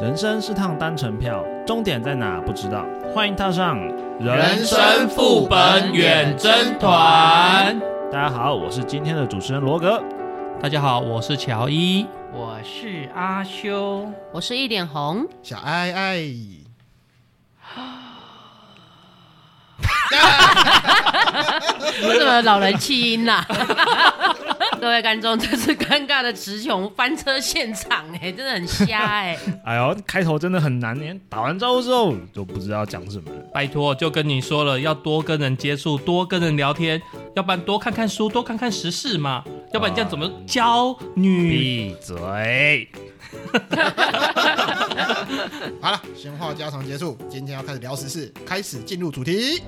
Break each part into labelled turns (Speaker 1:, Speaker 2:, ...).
Speaker 1: 人生是趟单程票，终点在哪不知道，欢迎踏上
Speaker 2: 人生副本远征团。
Speaker 1: 大家好，我是今天的主持人罗格。
Speaker 2: 大家好，我是乔伊。
Speaker 3: 我是阿修，
Speaker 4: 我是一脸红，
Speaker 5: 小爱爱，
Speaker 4: 为什么老人弃婴啦？ 各位观众，这是尴尬的词穷翻车现场哎、真的很瞎哎、
Speaker 1: 哎呦，开头真的很难念，打完招呼之后就不知道讲什么了。
Speaker 2: 拜托，就跟你说了，要多跟人接触，多跟人聊天，要不然多看看书，多看看时事嘛，要不然你这样怎么交女？
Speaker 1: 闭嘴！
Speaker 5: 好了，闲话家常结束，今天要开始聊时事，开始进入主题。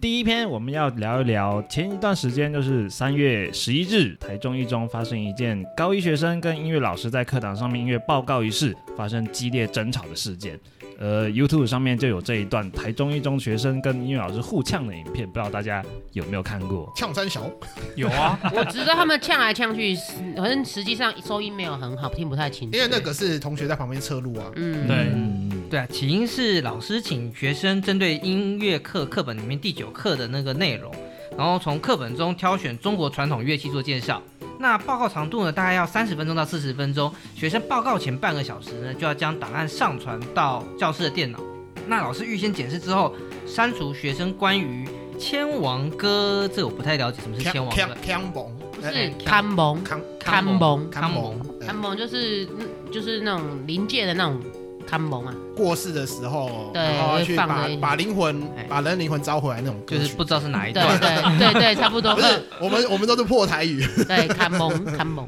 Speaker 1: 第一篇我们要聊一聊，前一段时间就是三月十一日，台中一中发生一件高一学生跟音乐老师在课堂上面因为报告一事发生激烈争吵的事件。呃，YouTube 上面就有这一段台中一中学生跟音乐老师互呛的影片，不知道大家有没有看过？
Speaker 5: 呛三小，
Speaker 2: 有啊，
Speaker 4: 我知道他们呛来呛去，好像实际上收音没有很好，听不太清楚。
Speaker 5: 因为那个是同学在旁边侧录啊，
Speaker 4: 嗯，
Speaker 2: 对
Speaker 1: 嗯
Speaker 3: 对啊，起因是老师请学生针对音乐课课本里面第九课的那个内容，然后从课本中挑选中国传统乐器做介绍。那报告长度呢，大概要三十分钟到四十分钟。学生报告前半个小时呢，就要将档案上传到教室的电脑。那老师预先检视之后，删除学生关于《千王歌》这我不太了解什么是《千王歌》
Speaker 5: 呛呛蒙，
Speaker 4: 不
Speaker 5: 哎
Speaker 4: 是看蒙，
Speaker 5: 康
Speaker 4: 看蒙，
Speaker 5: 康蒙，
Speaker 4: 看
Speaker 5: 哎
Speaker 4: 蒙就是就是那种临界的那种看蒙啊，
Speaker 5: 过世的时候，
Speaker 4: 对
Speaker 5: 然后去
Speaker 4: 会放
Speaker 5: 把
Speaker 4: 的
Speaker 5: 把灵魂
Speaker 3: 哎
Speaker 5: 把人灵魂招回来那种歌
Speaker 3: 就
Speaker 5: 曲，
Speaker 3: 是不知道是哪一
Speaker 4: 对
Speaker 3: 段。
Speaker 4: 对对对，差不多
Speaker 5: 不。是我们我们都是破台语，
Speaker 4: 对，看蒙看蒙，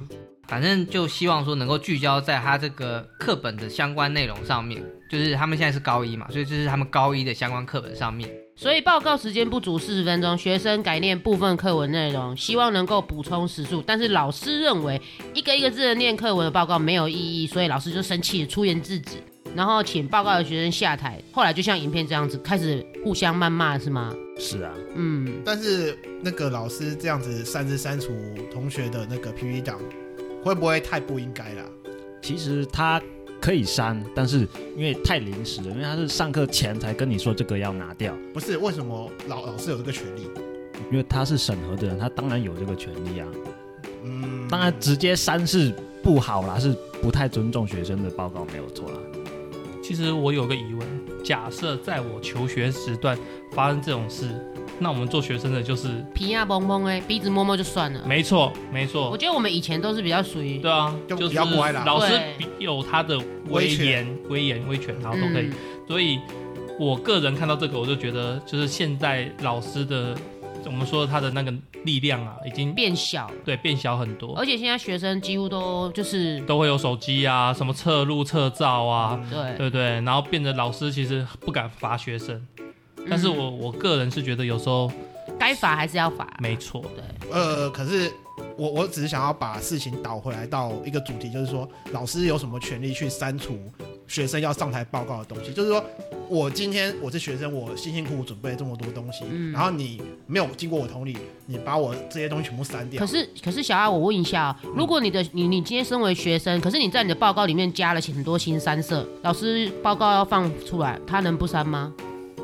Speaker 3: 反正就希望说能够聚焦在他这个课本的相关内容上面，就是他们现在是高一嘛，所以这是他们高一的相关课本上面。
Speaker 4: 所以报告时间不足四十分钟，学生改念部分课文内容，希望能够补充时数。但是老师认为一个一个字的念课文的报告没有意义，所以老师就生气出言制止，然后请报告的学生下台。后来就像影片这样子，开始互相谩骂，是吗？
Speaker 1: 是啊，
Speaker 4: 嗯，
Speaker 5: 但是那个老师这样子擅自删除同学的那个 PPT 档，会不会太不应该啦？
Speaker 1: 其实他可以删，但是因为太临时了，因为他是上课前才跟你说这个要拿掉，
Speaker 5: 不是为什么老老师有这个权利？
Speaker 1: 因为他是审核的人，他当然有这个权利啊。
Speaker 5: 嗯，
Speaker 1: 当然，直接删是不好啦，是不太尊重学生的报告，没有错啦。
Speaker 2: 其实我有个疑问，假设在我求学时段发生这种事，那我们做学生的就是，
Speaker 4: 皮亚蒙蒙哎，鼻子摸摸就算了。
Speaker 2: 没错，没
Speaker 4: 我
Speaker 2: 错，
Speaker 4: 觉得我们以前都是比较属于
Speaker 2: 对啊，
Speaker 5: 就
Speaker 2: 就是
Speaker 5: 比较乖啦
Speaker 2: 老师
Speaker 4: 对
Speaker 2: 比有他的威
Speaker 5: 威权
Speaker 2: 严、威严、威权，然啊后都可以。
Speaker 4: 嗯
Speaker 2: 所以我个人看到这个，我就觉得就是现在老师的，我们说他的那个力量啊，已经
Speaker 4: 变小了，
Speaker 2: 对变小很多
Speaker 4: 而，且现在学生几乎都就是
Speaker 2: 都会有手机啊，什么测录测照啊，
Speaker 4: 对，
Speaker 2: 对不对？然后变得老师其实不敢罚学生，但是我我个人是觉得有时候
Speaker 4: 嗯该罚还是要罚，
Speaker 2: 没错，
Speaker 5: 呃，可是我我只是想要把事情倒回来到一个主题，就是说老师有什么权利去删除学生要上台报告的东西？就是说我今天我是学生，我辛辛苦苦准备了这么多东西，
Speaker 4: 嗯
Speaker 5: 然后你没有经过我同意，你把我这些东西全部删掉
Speaker 4: 可，是，可是小爱，我问一下、哦，如果你的你你今天身为学生，可是你在你的报告里面加了很多新三色，老师报告要放出来，他能不删吗？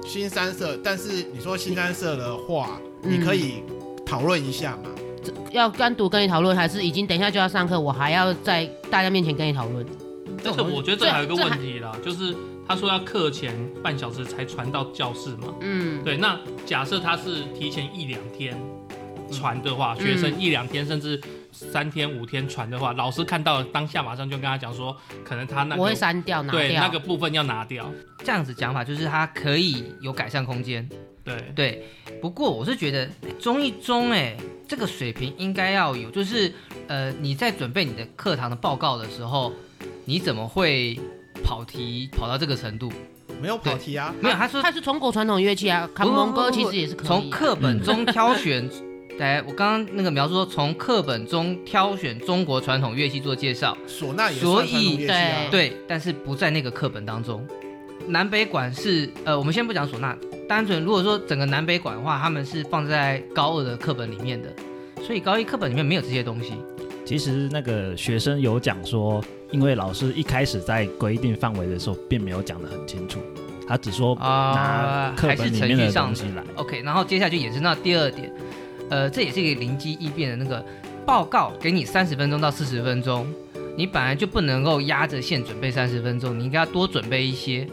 Speaker 5: 新三色。但是你说新三色的话，
Speaker 4: 嗯
Speaker 5: 你可以讨论一下嘛？
Speaker 4: 要单独跟你讨论，还是已经等一下就要上课，我还要在大家面前跟你讨论？
Speaker 2: 但是我觉得这还有一个问题啦，就是他说要课前半小时才传到教室嘛，
Speaker 4: 嗯，
Speaker 2: 对，那假设他是提前一两天传的话，学生一两天甚至三天五天传的话，老师看到了当下马上就跟他讲说，可能他那
Speaker 4: 我会
Speaker 2: 个
Speaker 4: 删掉拿
Speaker 2: 对
Speaker 4: 掉。
Speaker 2: 那个部分要拿掉，
Speaker 3: 这样子讲法就是它可以有改善空间。
Speaker 2: 对，
Speaker 3: 对，不过我是觉得哎中一中哎、这个水平应该要有，就是呃你在准备你的课堂的报告的时候，你怎么会跑题跑到这个程度？
Speaker 5: 没有跑题啊，
Speaker 3: 没有，他说
Speaker 4: 它是中国传统乐器啊，卡蒙哥其实也是可以、啊。嗯
Speaker 3: 从课本中挑选。 来，我刚刚那个描述说，从课本中挑选中国传统乐器做介绍，
Speaker 5: 唢呐也
Speaker 3: 所
Speaker 5: 算传统
Speaker 3: 以
Speaker 5: 乐器啊，
Speaker 3: 对，但是不在那个课本当中。南北管是呃，我们先不讲唢呐，单纯如果说整个南北管的话，他们是放在高二的课本里面的，所以高一课本里面没有这些东西。
Speaker 1: 其实那个学生有讲说，因为老师一开始在规定范围的时候，并没有讲得很清楚，他只说拿
Speaker 3: 啊
Speaker 1: 课本里面
Speaker 3: 还
Speaker 1: 的
Speaker 3: 是程序上
Speaker 1: 东
Speaker 3: 的
Speaker 1: 西来。
Speaker 3: OK，然后接下来就衍生到第二点，呃，这也是一个灵机一变的那个报告，给你三十分钟到四十分钟，你本来就不能够压着线准备三十分钟，你应该要多准备一些。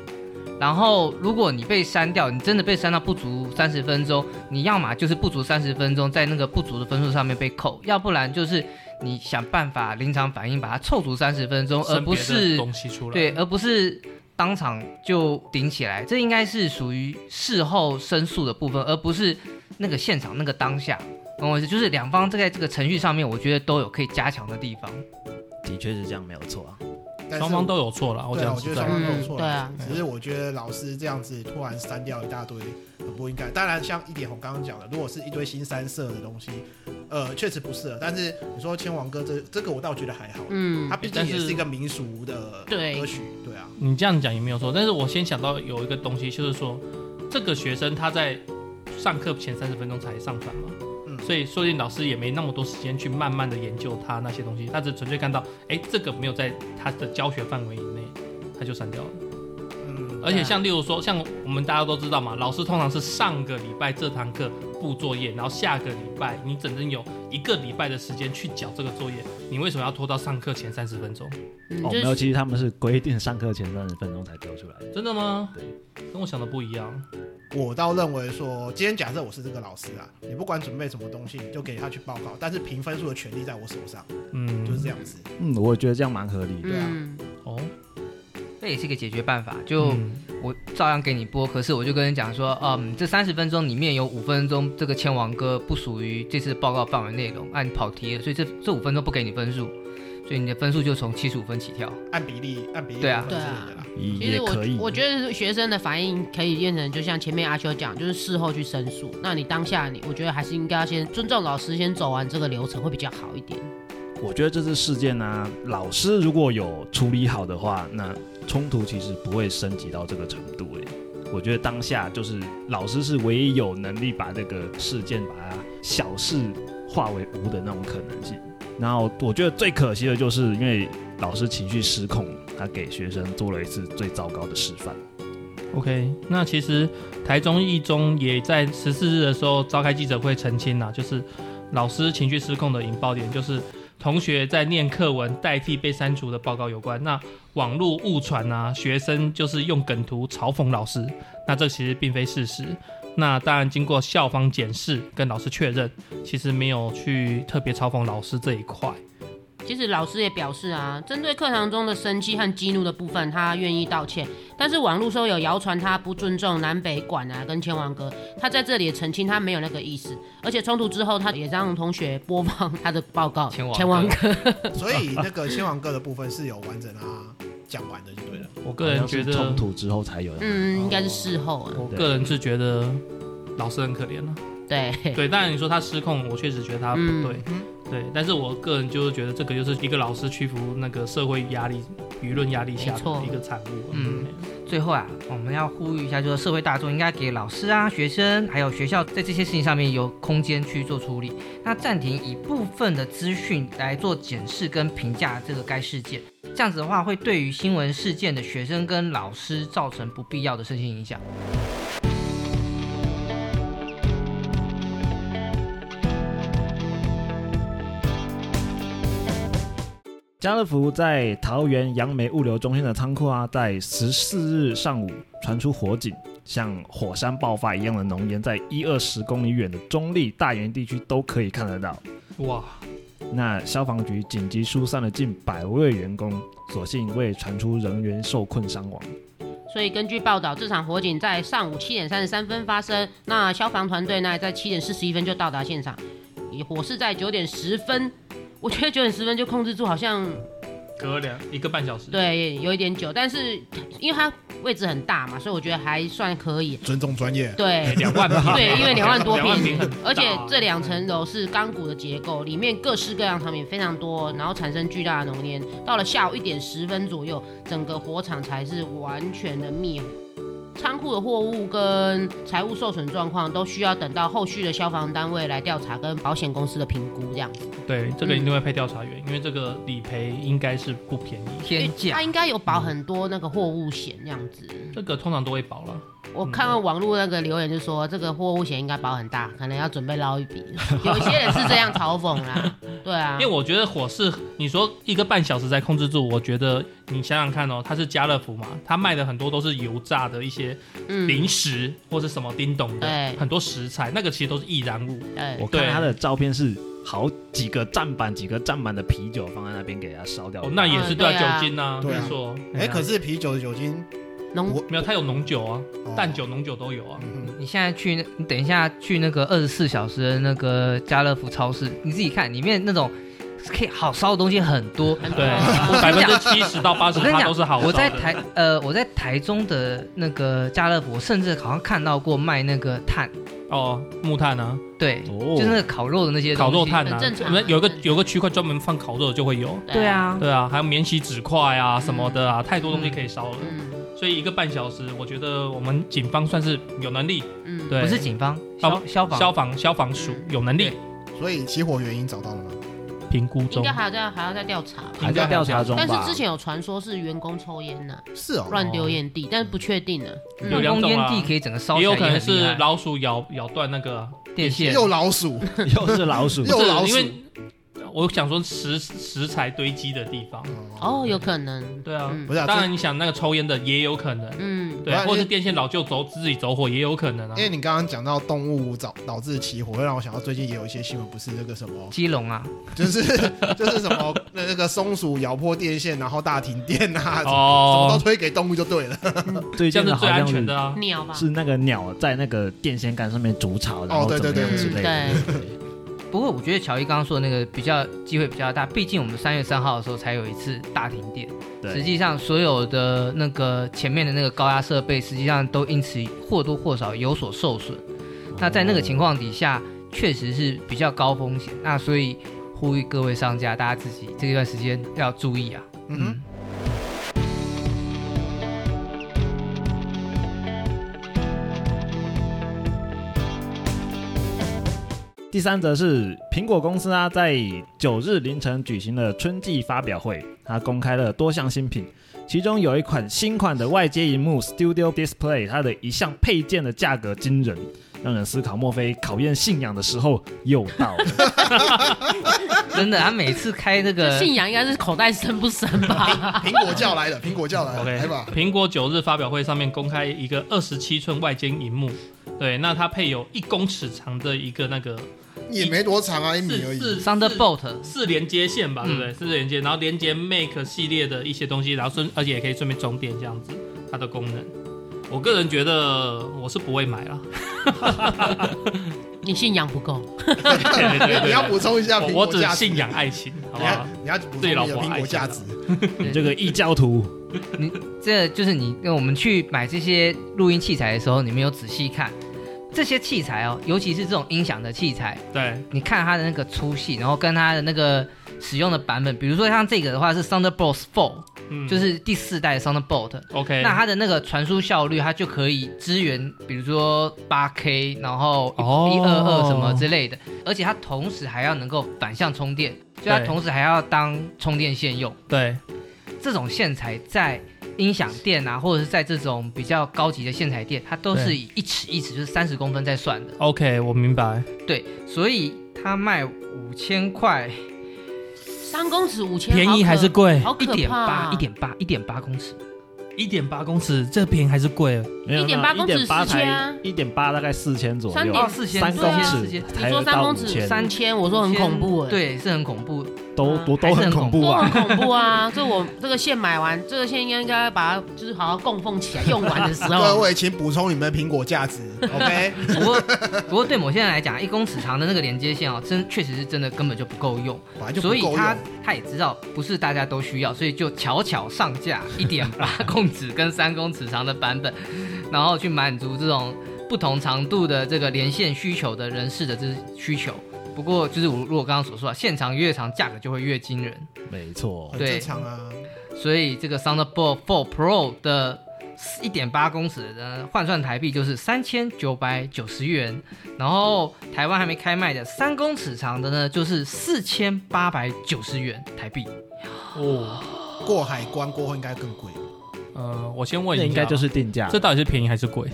Speaker 3: 然后，如果你被删掉，你真的被删到不足三十分钟，你要么就是不足三十分钟，在那个不足的分数上面被扣，要不然就是你想办法临场反应把它凑足三十分钟，而
Speaker 2: 生
Speaker 3: 不
Speaker 2: 别的
Speaker 3: 是
Speaker 2: 东西出来，
Speaker 3: 对，而不是当场就顶起来。这应该是属于事后申诉的部分，而不是那个现场那个当下。懂我意思？就是两方在这个程序上面，我觉得都有可以加强的地方。
Speaker 1: 的确是这样，没有错啊。
Speaker 5: 但是
Speaker 2: 双方都有错了。我
Speaker 5: 对啊
Speaker 2: 讲
Speaker 5: 我觉
Speaker 2: 实
Speaker 5: 得
Speaker 2: 在
Speaker 5: 双
Speaker 2: 的，
Speaker 5: 方都有
Speaker 4: 嗯
Speaker 5: 错啦，
Speaker 4: 对啊
Speaker 5: 只是我觉得老师这样子突然删掉一大堆，很不应该。当然，像一点红刚刚讲的，如果是一堆新三色的东西，呃，确实不适合。但是你说千王歌这这个，我倒觉得还好，
Speaker 4: 嗯
Speaker 5: 它，毕竟
Speaker 2: 但
Speaker 5: 也
Speaker 2: 是
Speaker 5: 是一个民俗的
Speaker 4: 对
Speaker 5: 歌曲，对啊，
Speaker 2: 你这样讲也没有错。但是我先想到有一个东西，就是说这个学生他在上课前三十分钟才上传嘛，
Speaker 5: 嗯
Speaker 2: 所以说不定老师也没那么多时间去慢慢的研究他那些东西，他只纯粹看到，哎，这个没有在他的教学范围以内，他就删掉了。
Speaker 5: 嗯，
Speaker 2: 而且像例如说，像我们大家都知道嘛，老师通常是上个礼拜这堂课布作业，然后下个礼拜你整整有一个礼拜的时间去缴这个作业，你为什么要拖到上课前三十分钟？
Speaker 4: 嗯
Speaker 1: 哦，没
Speaker 4: 就
Speaker 1: 有，
Speaker 4: 是
Speaker 1: 其实他们是规定上课前三十分钟才丢出来的。
Speaker 2: 真的吗
Speaker 1: 对？
Speaker 2: 跟我想的不一样。
Speaker 5: 我倒认为说，今天假设我是这个老师啊，你不管准备什么东西，你就给他去报告，但是评分数的权利在我手上，
Speaker 2: 嗯，
Speaker 5: 就是这样子。
Speaker 1: 嗯，我觉得这样蛮合理的。
Speaker 5: 对啊
Speaker 4: 嗯，
Speaker 2: 哦，
Speaker 3: 这也是一个解决办法，就
Speaker 2: 嗯
Speaker 3: 我照样给你播，可是我就跟你讲说，嗯，这三十分钟里面有五分钟这个千王歌不属于这次报告范围内容，按、你跑题了，所以这这五分钟不给你分数，所以你的分数就从七十五分起跳。
Speaker 5: 按比例，按比例
Speaker 3: 对啊
Speaker 5: 评分之类的啦。
Speaker 1: 也
Speaker 4: 嗯其
Speaker 1: 也
Speaker 4: 实
Speaker 1: 可以。
Speaker 4: 我我觉得学生的反应可以变成，就像前面阿修讲，就是事后去申诉。那你当下你，我觉得还是应该要先尊重老师，先走完这个流程会比较好一点。
Speaker 1: 我觉得这次事件呢、老师如果有处理好的话，那冲突其实不会升级到这个程度、欸。我觉得当下就是老师是唯一有能力把这个事件把它小事化为无的那种可能性。然后我觉得最可惜的就是因为老师情绪失控，他给学生做了一次最糟糕的示范。
Speaker 2: OK，那其实台中一中也在十四日的时候召开记者会澄清啦、就是老师情绪失控的引爆点就是同学在念课文代替被删除的报告有关。那网络误传啊，学生就是用梗图嘲讽老师，那这其实并非事实。那当然，经过校方检视跟老师确认，其实没有去特别嘲讽老师这一块。
Speaker 4: 其实老师也表示啊，针对课堂中的生气和激怒的部分，他愿意道歉。但是网络说有谣传他不尊重南北管啊跟千王哥，他在这里也澄清他没有那个意思。而且冲突之后，他也让同学播放他的报告
Speaker 3: 千王歌
Speaker 4: 千王哥，啊
Speaker 5: 所以那个千王歌的部分是有完整啊讲完的就对了。
Speaker 2: 我个人
Speaker 1: 好像
Speaker 2: 觉
Speaker 1: 是
Speaker 2: 得，
Speaker 1: 冲突之后才有的。
Speaker 4: 嗯，应该是事后啊，
Speaker 2: 我个人是觉得老师很可怜了、啊
Speaker 4: 对，
Speaker 2: 对，当然你说他失控，我确实觉得他不
Speaker 4: 嗯
Speaker 2: 对，
Speaker 5: 嗯
Speaker 2: 对，但是我个人就是觉得这个就是一个老师屈服那个社会压力、舆论压力下
Speaker 4: 没错
Speaker 2: 的一个产物。
Speaker 3: 嗯
Speaker 2: 嗯，
Speaker 3: 最后啊，我们要呼吁一下，就是社会大众应该给老师啊、学生还有学校在这些事情上面有空间去做处理。那暂停一部分的资讯来做检视跟评价这个该事件，这样子的话会对于新闻事件的学生跟老师造成不必要的身心影响。
Speaker 1: 家乐福在桃园杨梅物流中心的仓库啊，在十四日上午传出火警，像火山爆发一样的浓烟，在一二十公里远的中立、大园地区都可以看得到。
Speaker 2: 哇，
Speaker 1: 那消防局紧急疏散了近百位员工，所幸未传出人员受困伤亡。
Speaker 4: 所以根据报道，这场火警在上午七点三十三分发生。那消防团队呢，在七点四十一分就到达现场，也火势在九点十分。我觉得九点十分就控制住，好像
Speaker 2: 隔两一个半小时。，
Speaker 4: 对有一点久，但是因为它位置很大嘛，所以我觉得还算可以。
Speaker 5: 尊重专业，
Speaker 4: 对，
Speaker 2: 哎两万平，
Speaker 4: 对，因为两万多
Speaker 2: 两万
Speaker 4: 平
Speaker 2: 平很大，哦啊
Speaker 4: 而且这两层楼是钢骨的结构，里面各式各样产品非常多，然后产生巨大的浓烟。到了下午一点十分左右，整个火场才是完全的灭火。仓库的货物跟财务受损状况都需要等到后续的消防单位来调查跟保险公司的评估这样子。
Speaker 2: 对，这个一定
Speaker 4: 嗯
Speaker 2: 会配调查员，因为这个理赔应该是不便宜，
Speaker 3: 天
Speaker 4: 他
Speaker 3: 价，
Speaker 4: 应该有保很多那个货物险这样子。
Speaker 2: 这个通常都会保了。
Speaker 4: 我看到网络那个留言就说，这个货物险应该保很大，可能要准备捞一笔。有些人是这样嘲讽啦，对啊
Speaker 2: 因为，我觉得火势，你说一个半小时才控制住，我觉得你想想看哦，它是家乐福嘛，它卖的很多都是油炸的一些
Speaker 4: 嗯，
Speaker 2: 零食、或是什么叮咚的
Speaker 4: 对，
Speaker 2: 很多食材，那个其实都是易燃
Speaker 5: 嗯
Speaker 2: 物。
Speaker 4: 对
Speaker 1: 我看他的照片是好几个站板、几个站板的啤酒放在那边给他烧掉。
Speaker 2: 哦，那也是对
Speaker 4: 嗯对
Speaker 2: 啊，
Speaker 4: 啊
Speaker 2: 酒精啊，
Speaker 5: 对啊
Speaker 2: 没错。
Speaker 5: 哎、可是啤酒的酒精，
Speaker 4: 农
Speaker 5: 我
Speaker 2: 没有，它有浓酒啊，
Speaker 5: 哦
Speaker 2: 淡酒、浓酒都有啊。
Speaker 5: 嗯
Speaker 3: 你现在去那，你等一下去那个二十四小时的那个家乐福超市，你自己看里面那种可以好烧的东西很多。
Speaker 5: 哦
Speaker 4: 很多
Speaker 2: 对
Speaker 4: 啊，
Speaker 2: 百分之七十到八十
Speaker 3: 我跟你
Speaker 2: 它
Speaker 3: 讲
Speaker 2: 都是好烧的。
Speaker 3: 我在台呃，我在台中的那个家乐福，我甚至好像看到过卖那个炭，
Speaker 2: 哦，木炭啊，
Speaker 3: 对，
Speaker 1: 哦
Speaker 3: 就是那个烤肉的那些东
Speaker 2: 烤
Speaker 3: 西
Speaker 2: 肉炭啊
Speaker 4: 很正，常
Speaker 2: 我们有个
Speaker 4: 很正常
Speaker 2: 有个区块专门放烤肉的就会有。
Speaker 3: 对，啊，
Speaker 2: 对啊，还有免洗纸块啊什么的啊，太多东西可以烧了。
Speaker 4: 嗯
Speaker 2: 所以一个半小时，我觉得我们警方算是有能力，
Speaker 4: 嗯，
Speaker 2: 对
Speaker 3: 不是警方，
Speaker 2: 哦
Speaker 3: 消消防，
Speaker 2: 消防消防署有能力
Speaker 5: 所以起火原因找到了吗？
Speaker 2: 评估
Speaker 4: 应
Speaker 2: 中
Speaker 4: 该。还要再还要再调查吧。
Speaker 1: 还在调查中吧。
Speaker 4: 但是之前有传说是员工抽烟呢，
Speaker 5: 是哦，
Speaker 4: 乱丢烟蒂，但是不确定呢。嗯
Speaker 2: 有
Speaker 3: 那
Speaker 2: 两
Speaker 3: 种
Speaker 2: 种
Speaker 3: 烟
Speaker 2: 啊
Speaker 3: 蒂可以整个烧起
Speaker 2: 也
Speaker 3: 来
Speaker 2: 有
Speaker 3: 很厉
Speaker 2: 可
Speaker 3: 害，
Speaker 2: 能是老鼠咬咬断那个啊，
Speaker 3: 电线，
Speaker 5: 又 老鼠，
Speaker 1: 又是老鼠，
Speaker 5: 又
Speaker 2: 不是
Speaker 5: 老鼠
Speaker 2: 因为我想说食食材堆积的地方。
Speaker 5: 哦，
Speaker 4: 哦，有可能，
Speaker 2: 对啊，
Speaker 4: 嗯
Speaker 5: 不是、啊，
Speaker 2: 当然你想那个抽烟的也有可能，
Speaker 4: 嗯，
Speaker 2: 对啊
Speaker 5: 不然，
Speaker 2: 或者
Speaker 5: 就是
Speaker 2: 电线老旧走自己走火也有可能啊
Speaker 5: 这因。哎为你刚刚讲到动物导导致起火，会让我想到最近也有一些新闻，不是那个什么，
Speaker 3: 基隆啊，
Speaker 5: 就是就是什么那那个松鼠咬破电线，然后大停电啊，什么什么
Speaker 2: 哦
Speaker 5: 都，推给动物就对了。
Speaker 1: 最近
Speaker 2: 这样
Speaker 1: 的
Speaker 2: 是
Speaker 1: 好
Speaker 2: 最安
Speaker 1: 像
Speaker 2: 全的啊。
Speaker 4: 鸟吧，
Speaker 1: 是那个鸟在那个电线杆上面筑巢，然后
Speaker 5: 哦对对
Speaker 1: 怎么样
Speaker 5: 对
Speaker 1: 之类的。
Speaker 3: 不过我觉得乔伊刚刚说的那个比较机会比较大，毕竟我们三月三号的时候才有一次大停电，
Speaker 1: 对
Speaker 3: 实际上所有的那个前面的那个高压设备，实际上都因此或多或少有所受损。那在那个情况底下，确实是比较高风险。那所以呼吁各位商家，大家自己这段时间要注意啊。
Speaker 5: 嗯哼。
Speaker 1: 第三则是苹果公司啊，在九日凌晨举行了春季发表会，它公开了多项新品，其中有一款新款的外接荧幕 Studio Display，它的一项配件的价格惊人，让人思考，莫非考验信仰的时候又到了？
Speaker 3: 真的，他每次开这
Speaker 4: 这
Speaker 3: 个，
Speaker 4: 信仰应该是口袋深不深吧？
Speaker 5: 苹果叫来了，苹果叫来了，
Speaker 2: 嗯 OK，
Speaker 5: 来吧。
Speaker 2: 苹果九日发表会上面公开一个二十七寸外接荧幕，对，那它配有一公尺长的一个那个
Speaker 5: 也没多长啊，一米而
Speaker 2: 四
Speaker 5: 已。
Speaker 2: 四
Speaker 3: Thunderbolt
Speaker 2: 四连接线吧，
Speaker 3: 嗯
Speaker 2: 对不对？四连接，然后连接 Make 系列的一些东西，然后顺而且也可以顺便充电这样子，它的功能。我个人觉得我是不会买 啦，
Speaker 4: 你信仰不够，
Speaker 2: 对对对啊
Speaker 5: 你要补充一下
Speaker 2: 我
Speaker 5: 苹
Speaker 2: 我
Speaker 5: 果
Speaker 2: 只
Speaker 5: 价值，
Speaker 2: 信仰爱 情，好
Speaker 5: 你
Speaker 2: 不
Speaker 3: 哎
Speaker 5: 要
Speaker 2: 好？
Speaker 5: 你要补充
Speaker 2: 对
Speaker 5: 你
Speaker 2: 老
Speaker 5: 的
Speaker 2: 婆哎
Speaker 5: 苹
Speaker 2: 爱情
Speaker 5: 果价值。
Speaker 1: 你这个异教徒，
Speaker 3: 这就是你我们去买这些录音器材的时候，你没有仔细看这些器材哦，尤其是这种音响的器材，
Speaker 2: 对，
Speaker 3: 你看它的那个粗细，然后跟它的那个使用的版本，比如说像这个的话是 Thunderbolt Four，、
Speaker 2: 嗯，
Speaker 3: 就是第四代的 Thunderbolt，
Speaker 2: OK。
Speaker 3: 那它的那个传输效率，它就可以支援，比如说八 K，然后
Speaker 2: 哦
Speaker 3: 一二二什么之类的，而且它同时还要能够反向充电，所以它
Speaker 2: 对
Speaker 3: 同时还要当充电线用。
Speaker 2: 对，
Speaker 3: 这种线材在音响店啊，或者是在这种比较高级的线材店，它都
Speaker 2: 对
Speaker 3: 是以一尺一尺，就是三十公分在算的。
Speaker 2: OK，我明白。
Speaker 3: 对，所以它卖五千块，
Speaker 4: 三公尺五千，
Speaker 2: 便宜还是贵？
Speaker 4: 好可
Speaker 3: 一
Speaker 4: 好可
Speaker 3: 点
Speaker 4: 怕
Speaker 3: 八，
Speaker 4: 啊？
Speaker 3: 一点八，一点八公尺。
Speaker 2: 一点八公尺，这便宜还是贵？
Speaker 1: 没有
Speaker 4: 1.8公尺
Speaker 1: 1.8
Speaker 4: 4000啊
Speaker 1: 才一点八，大概四千左右，
Speaker 4: 3.8
Speaker 3: 四
Speaker 1: 三公
Speaker 4: 4000
Speaker 3: 对
Speaker 1: 尺
Speaker 3: 啊
Speaker 1: 才
Speaker 4: 你说三
Speaker 1: 到
Speaker 4: 公
Speaker 1: 五
Speaker 4: 尺
Speaker 1: 千，
Speaker 4: 三千，我说很恐怖哎，，
Speaker 3: 对，是很恐怖。
Speaker 1: 都都
Speaker 3: 还
Speaker 1: 都
Speaker 3: 是
Speaker 1: 很
Speaker 3: 很
Speaker 1: 恐
Speaker 3: 恐
Speaker 1: 怖
Speaker 4: 都
Speaker 1: 啊！
Speaker 4: 很恐怖啊！这我这个线买完，这个线应该应该把它就是好好供奉起来，用完的时
Speaker 5: 各
Speaker 2: 啊
Speaker 4: 候，
Speaker 5: 位，请补充你们的苹果价值，OK？
Speaker 3: 不过，不过对某些人来讲，一公尺长的那个连接线哦，真确实是真的根本就不够用，
Speaker 5: 本来就不
Speaker 3: 所以
Speaker 5: 够
Speaker 3: 他
Speaker 5: 用。
Speaker 3: 他也知道不是大家都需要，所以就巧巧上架一点八 公尺跟三公尺长的版本，然后去满足这种不同长度的这个连线需求的人士的这需求。不过就是我如我刚刚所说啊，线长越长价格就会越惊人，
Speaker 1: 没错，
Speaker 5: 很
Speaker 3: 对
Speaker 5: 正常啊，
Speaker 3: 所以这个 Thunderbolt 4 Pro 的一点八公尺的呢，换算台币就是三千九百九十元。然后台湾还没开卖的三公尺长的呢，就是四千八百九十元台币。
Speaker 2: 哦，
Speaker 5: 过海关过后应该更贵，
Speaker 2: 呃，我先问一
Speaker 1: 那
Speaker 2: 下，
Speaker 1: 应该就是定价
Speaker 2: 这。到底是便宜还是贵？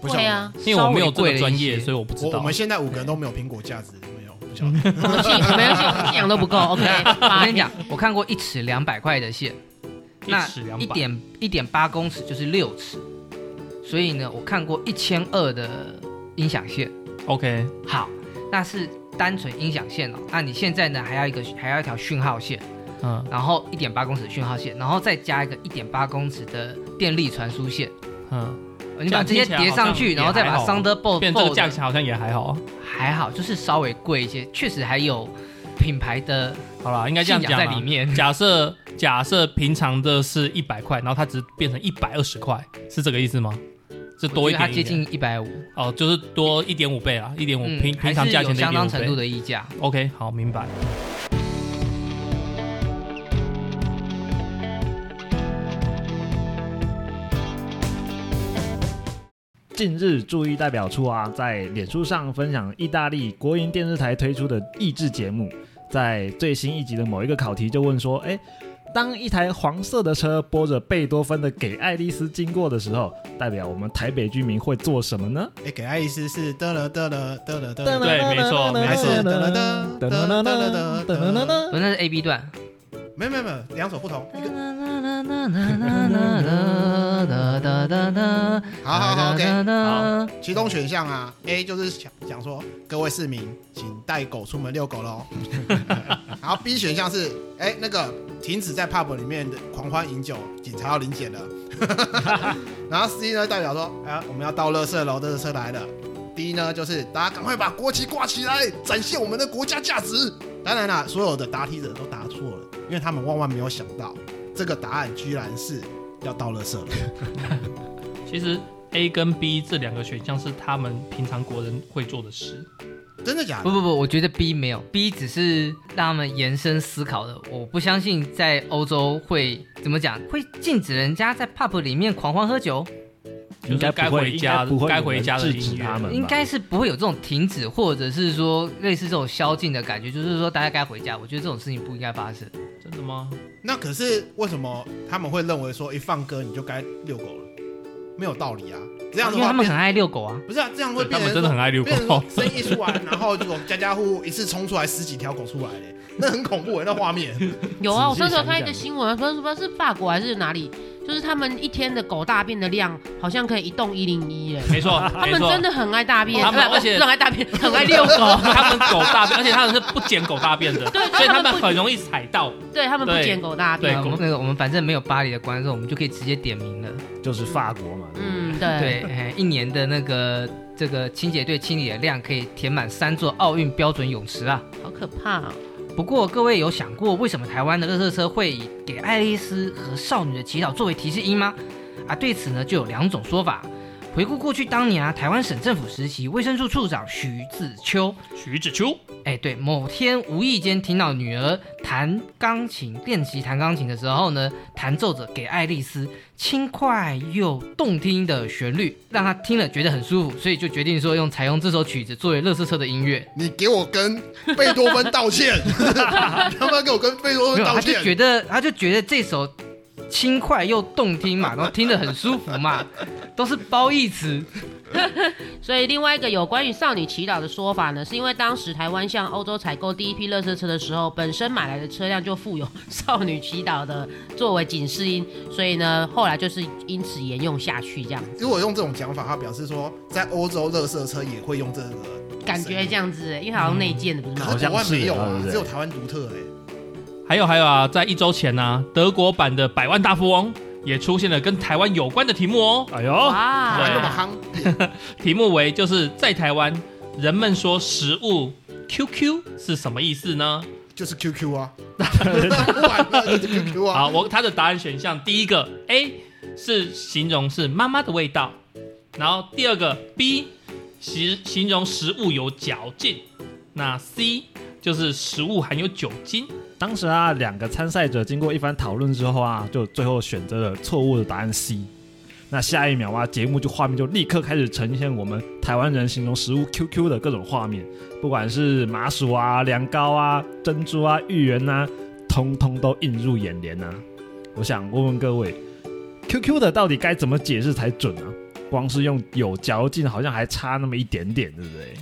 Speaker 5: 不晓得
Speaker 4: 对啊，
Speaker 2: 因为我没有这
Speaker 3: 稍微贵了
Speaker 2: 个
Speaker 3: 一
Speaker 2: 专业，
Speaker 3: 些
Speaker 2: 所以我不知
Speaker 5: 我我
Speaker 2: 道
Speaker 5: 们。现在五个人都没有苹果价值，没有不晓得。
Speaker 4: 我们信没关系，我们信仰都不够。OK，
Speaker 3: 我
Speaker 4: 八
Speaker 3: 跟你讲，我看过一尺两百块的线，那
Speaker 2: 尺两
Speaker 3: 一
Speaker 2: 百，
Speaker 3: 点一点八公尺就是六尺，所以呢，我看过一千二的音响线。
Speaker 2: OK，
Speaker 3: 好，那是单纯音响线哦。那你现在呢，还要一个还要一条讯号线，
Speaker 2: 嗯，
Speaker 3: 然后一点八公尺的讯号线，然后再加一个一点八公尺的电力传输线。
Speaker 2: 嗯，
Speaker 3: 呃你把这些叠上去，
Speaker 2: 这
Speaker 3: 然
Speaker 2: 样听
Speaker 3: 后
Speaker 2: 起
Speaker 3: 再
Speaker 2: 来
Speaker 3: 把
Speaker 2: 好像
Speaker 3: Thunderbolt
Speaker 2: 变这个
Speaker 3: Fold
Speaker 2: 价钱好像也还好啊。
Speaker 3: 还好，就是稍微贵一些，确实还有品牌的
Speaker 2: 好啦，应该这样
Speaker 3: 信
Speaker 2: 讲
Speaker 3: 仰在
Speaker 2: 啦
Speaker 3: 里面。
Speaker 2: 假设假设平常的是一百块，然后它只变成一百二十块，是这个意思吗？是多一
Speaker 3: 我觉得它
Speaker 2: 点
Speaker 3: 接
Speaker 2: 一点
Speaker 3: 近一百五，
Speaker 2: 哦，就是多一点五倍啊，一点五
Speaker 3: 嗯
Speaker 2: 平
Speaker 3: 还
Speaker 2: 平
Speaker 3: 是
Speaker 2: 常价钱
Speaker 3: 有
Speaker 2: 的一
Speaker 3: 相
Speaker 2: 点
Speaker 3: 当
Speaker 2: 五
Speaker 3: 程度
Speaker 2: 倍。
Speaker 3: 的溢价。
Speaker 2: OK，好，明白。
Speaker 1: 近日，注意代表处啊，在脸书上分享意大利国营电视台推出的益智节目，在最新一集的某一个考题就问说，哎，当一台黄色的车播着贝多芬的《给爱丽丝》经过的时候，代表我们台北居民会做什么呢？
Speaker 5: 哎，给爱丽丝是得了得了得了得了，
Speaker 2: 嗯对没错没错
Speaker 5: 还是得了得得得得得得得，
Speaker 3: 不，那是 A B 段。
Speaker 5: 没有没有没有，两首不同，一个好好好，OK。其中选项啊，A 就是想讲说，各位市民请带狗出门遛狗喽。然后 B 选项是，哎、那个停止在 pub 里面的狂欢饮酒，警察要临检了。然后 C 呢代表说，哎、呀，我们要到垃圾楼，垃圾车来了。D 呢就是大家赶快把国旗挂起来，展现我们的国家价值。当然啦，所有的答题者都答错了，因为他们万万没有想到，这个答案居然是要到垃圾了。
Speaker 2: 其实 A 跟 B 这两个选项是他们平常国人会做的事。
Speaker 5: 真的假
Speaker 3: 不
Speaker 5: 的？
Speaker 3: 不不，我觉得 B 没有，B 只是让他们延伸思考的。我不相信在欧洲会怎么讲，会禁止人家在 pub 里面狂欢喝酒，
Speaker 2: 就是
Speaker 1: 应该
Speaker 2: 该
Speaker 1: 不会
Speaker 2: 回家
Speaker 1: 应不会
Speaker 2: 该
Speaker 1: 有
Speaker 2: 回
Speaker 1: 人
Speaker 2: 家的
Speaker 1: 制
Speaker 2: 音
Speaker 1: 止
Speaker 2: 乐
Speaker 1: 他们吧，
Speaker 3: 应该是不会有这种停止或者是说类似这种宵禁的感觉，就是说大家该回家。我觉得这种事情不应该发生。
Speaker 2: 真的吗？
Speaker 5: 那可是为什么他们会认为说一放歌你就该遛狗了？没有道理啊！这样的
Speaker 3: 因为
Speaker 5: 话
Speaker 3: 他们
Speaker 5: 变
Speaker 3: 很爱遛狗啊。
Speaker 5: 不是啊，这样会
Speaker 2: 对他
Speaker 5: 变
Speaker 2: 们
Speaker 5: 成
Speaker 2: 真的很爱遛
Speaker 5: 变成说
Speaker 2: 狗。
Speaker 5: 生意出来，然后就家家户户一次冲出来十几条狗出来嘞，那很恐怖哎、那画面。
Speaker 4: 有啊，我
Speaker 1: 仔
Speaker 4: 上
Speaker 1: 细想
Speaker 4: 次有
Speaker 1: 一想
Speaker 4: 看一个新闻，说什么是法国还是哪里，就是他们一天的狗大便的量好像可以一栋一零一耶。
Speaker 2: 没错，
Speaker 4: 他
Speaker 2: 没
Speaker 4: 们
Speaker 2: 错
Speaker 4: 真的很爱大便，
Speaker 2: 他们
Speaker 4: 不是
Speaker 2: 而且
Speaker 4: 不是很爱大便，很爱 遛狗。
Speaker 2: 他们狗大便，而且他们是不捡狗大便的，
Speaker 4: 对
Speaker 2: 所以他
Speaker 4: 他们
Speaker 2: 们
Speaker 4: 不
Speaker 2: 很容易踩到。
Speaker 4: 对他们不
Speaker 2: 对
Speaker 4: 捡狗大
Speaker 2: 对
Speaker 4: 便。
Speaker 3: 啊我们
Speaker 2: 狗
Speaker 3: 那个我们反正没有巴黎的观众，我们就可以直接点名了。
Speaker 1: 就是法国嘛，对不对
Speaker 4: 嗯，对。
Speaker 3: 对，哎一年的那个这个清洁队清理的量可以填满三座奥运标准泳池啊。
Speaker 4: 好可怕哦！
Speaker 3: 不过，各位有想过为什么台湾的热车车会以给爱丽丝和少女的祈祷作为提示音吗？啊，对此呢就有两种说法。回顾过去当年啊，台湾省政府时期，卫生处处长徐子秋，
Speaker 2: 徐子秋，
Speaker 3: 哎，对，某天无意间听到女儿弹钢琴，练习弹钢琴的时候呢，弹奏着给爱丽丝轻快又动听的旋律，让她听了觉得很舒服，所以就决定说用采用这首曲子作为热车车的音乐。
Speaker 5: 你给我跟贝多芬道歉， 他妈给我跟贝多芬
Speaker 3: 没有，
Speaker 5: 道
Speaker 3: 他就觉
Speaker 5: 歉。
Speaker 3: 得他就觉得这首轻快又动听 嘛，然后听得很舒服嘛，都是褒义词。
Speaker 4: 所以另外一个有关于少女祈祷的说法呢，是因为当时台湾向欧洲采购第一批垃圾车的时候，本身买来的车辆就附有 少女祈祷的作为警示音，所以呢，后来就是因此沿用下去，这样
Speaker 5: 如果用这种讲法，他表示说，在欧洲乐色车也会用这个，
Speaker 4: 感觉这样子，因为好像内建的不是
Speaker 5: 可
Speaker 4: 吗
Speaker 1: 好？
Speaker 5: 是
Speaker 1: 像
Speaker 5: 国外
Speaker 1: 是
Speaker 5: 没有
Speaker 1: 对
Speaker 5: 啊
Speaker 1: 不，对
Speaker 5: 只有台湾独特哎、
Speaker 2: 还有还有啊，在一周前呢、德国版的《百万大富翁》也出现了跟台湾有关的题目哦，
Speaker 1: 哎呦，
Speaker 4: 哇
Speaker 5: 台湾那么
Speaker 2: 对
Speaker 5: 夯，
Speaker 2: 题目为就是在台湾人们说食物 QQ 是什么意思呢？
Speaker 5: 就是 QQ 啊，完了就是 QQ 啊。
Speaker 2: 好，我它的答案选项第一个 A 是形容是妈妈的味道，然后第二个 B 形形容食物有嚼劲，那 C 就是食物含有酒精。
Speaker 1: 当时啊，两个参赛者经过一番讨论之后啊，就最后选择了错误的答案 C。那下一秒啊，节目就画面就立刻开始呈现我们台湾人形容食物 QQ 的各种画面，不管是麻薯啊、凉糕啊、珍珠啊、芋圆呐、通通都映入眼帘呐、我想问问各位，QQ 的到底该怎么解释才准啊？光是用有嚼劲，好像还差那么一点点，对不对？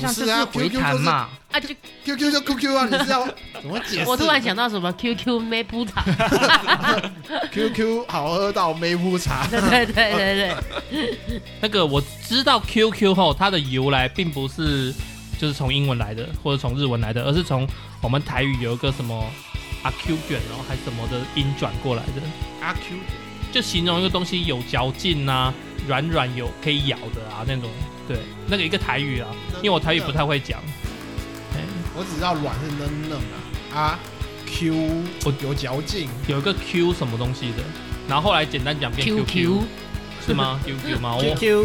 Speaker 3: 实
Speaker 5: 啊
Speaker 3: 际上
Speaker 5: 不
Speaker 3: 这
Speaker 5: 是啊
Speaker 3: 是回弹嘛，
Speaker 4: 啊，就
Speaker 5: QQ 就 QQ 啊，你知道 怎么解释？
Speaker 4: 我突然想到什么 QQ 妹铺糖，
Speaker 5: QQ 好喝到没铺茶，
Speaker 4: 对对对对
Speaker 2: 那个我知道 QQ 后它的由来并不是就是从英文来的，或者从日文来的，而是从我们台语有一个什么阿 Q 卷，然后还什么的音转过来的。
Speaker 5: 阿啊 Q
Speaker 2: 就形容一个东西有嚼劲啊，软软有可以咬的啊那种。对，那个一个台语
Speaker 5: 嗯
Speaker 2: 啊，因为我台语不太会讲。哎
Speaker 5: 我只知道软是嫩嫩啊，啊 Q
Speaker 2: 我
Speaker 5: 有嚼劲，
Speaker 2: 有一个 Q 什么东西的，然后后来简单讲变
Speaker 4: ，QQ，
Speaker 2: QQ 是吗？QQ 吗？哦我
Speaker 1: QQ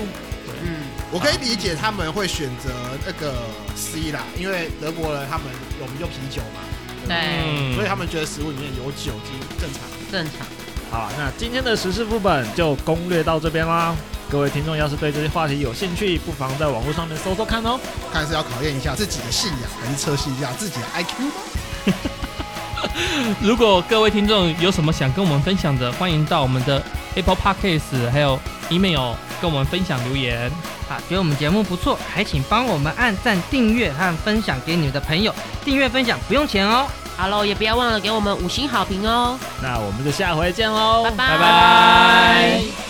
Speaker 4: 嗯，
Speaker 5: 我可以理解他们会选择那个 C 啦，因为德国人他们我们用啤酒嘛，
Speaker 4: 对，
Speaker 2: 嗯
Speaker 5: 所以他们觉得食物里面有酒精正常。
Speaker 4: 正常。
Speaker 1: 好，那今天的时事副本就攻略到这边啦。各位听众要是对这些话题有兴趣，不妨在网络上面搜搜看哦。
Speaker 5: 看是要考验一下自己的信仰，还是测试一下自己的 IQ 吗？
Speaker 2: 如果各位听众有什么想跟我们分享的，欢迎到我们的 Apple Podcast 还有 email 跟我们分享留言。
Speaker 3: 啊，觉得我们节目不错，还请帮我们按赞、订阅和分享给你们的朋友。订阅分享不用钱哦。
Speaker 4: Hello，也不要忘了给我们五星好评哦，
Speaker 1: 那我们就下回见喽，
Speaker 4: 拜拜
Speaker 2: 拜拜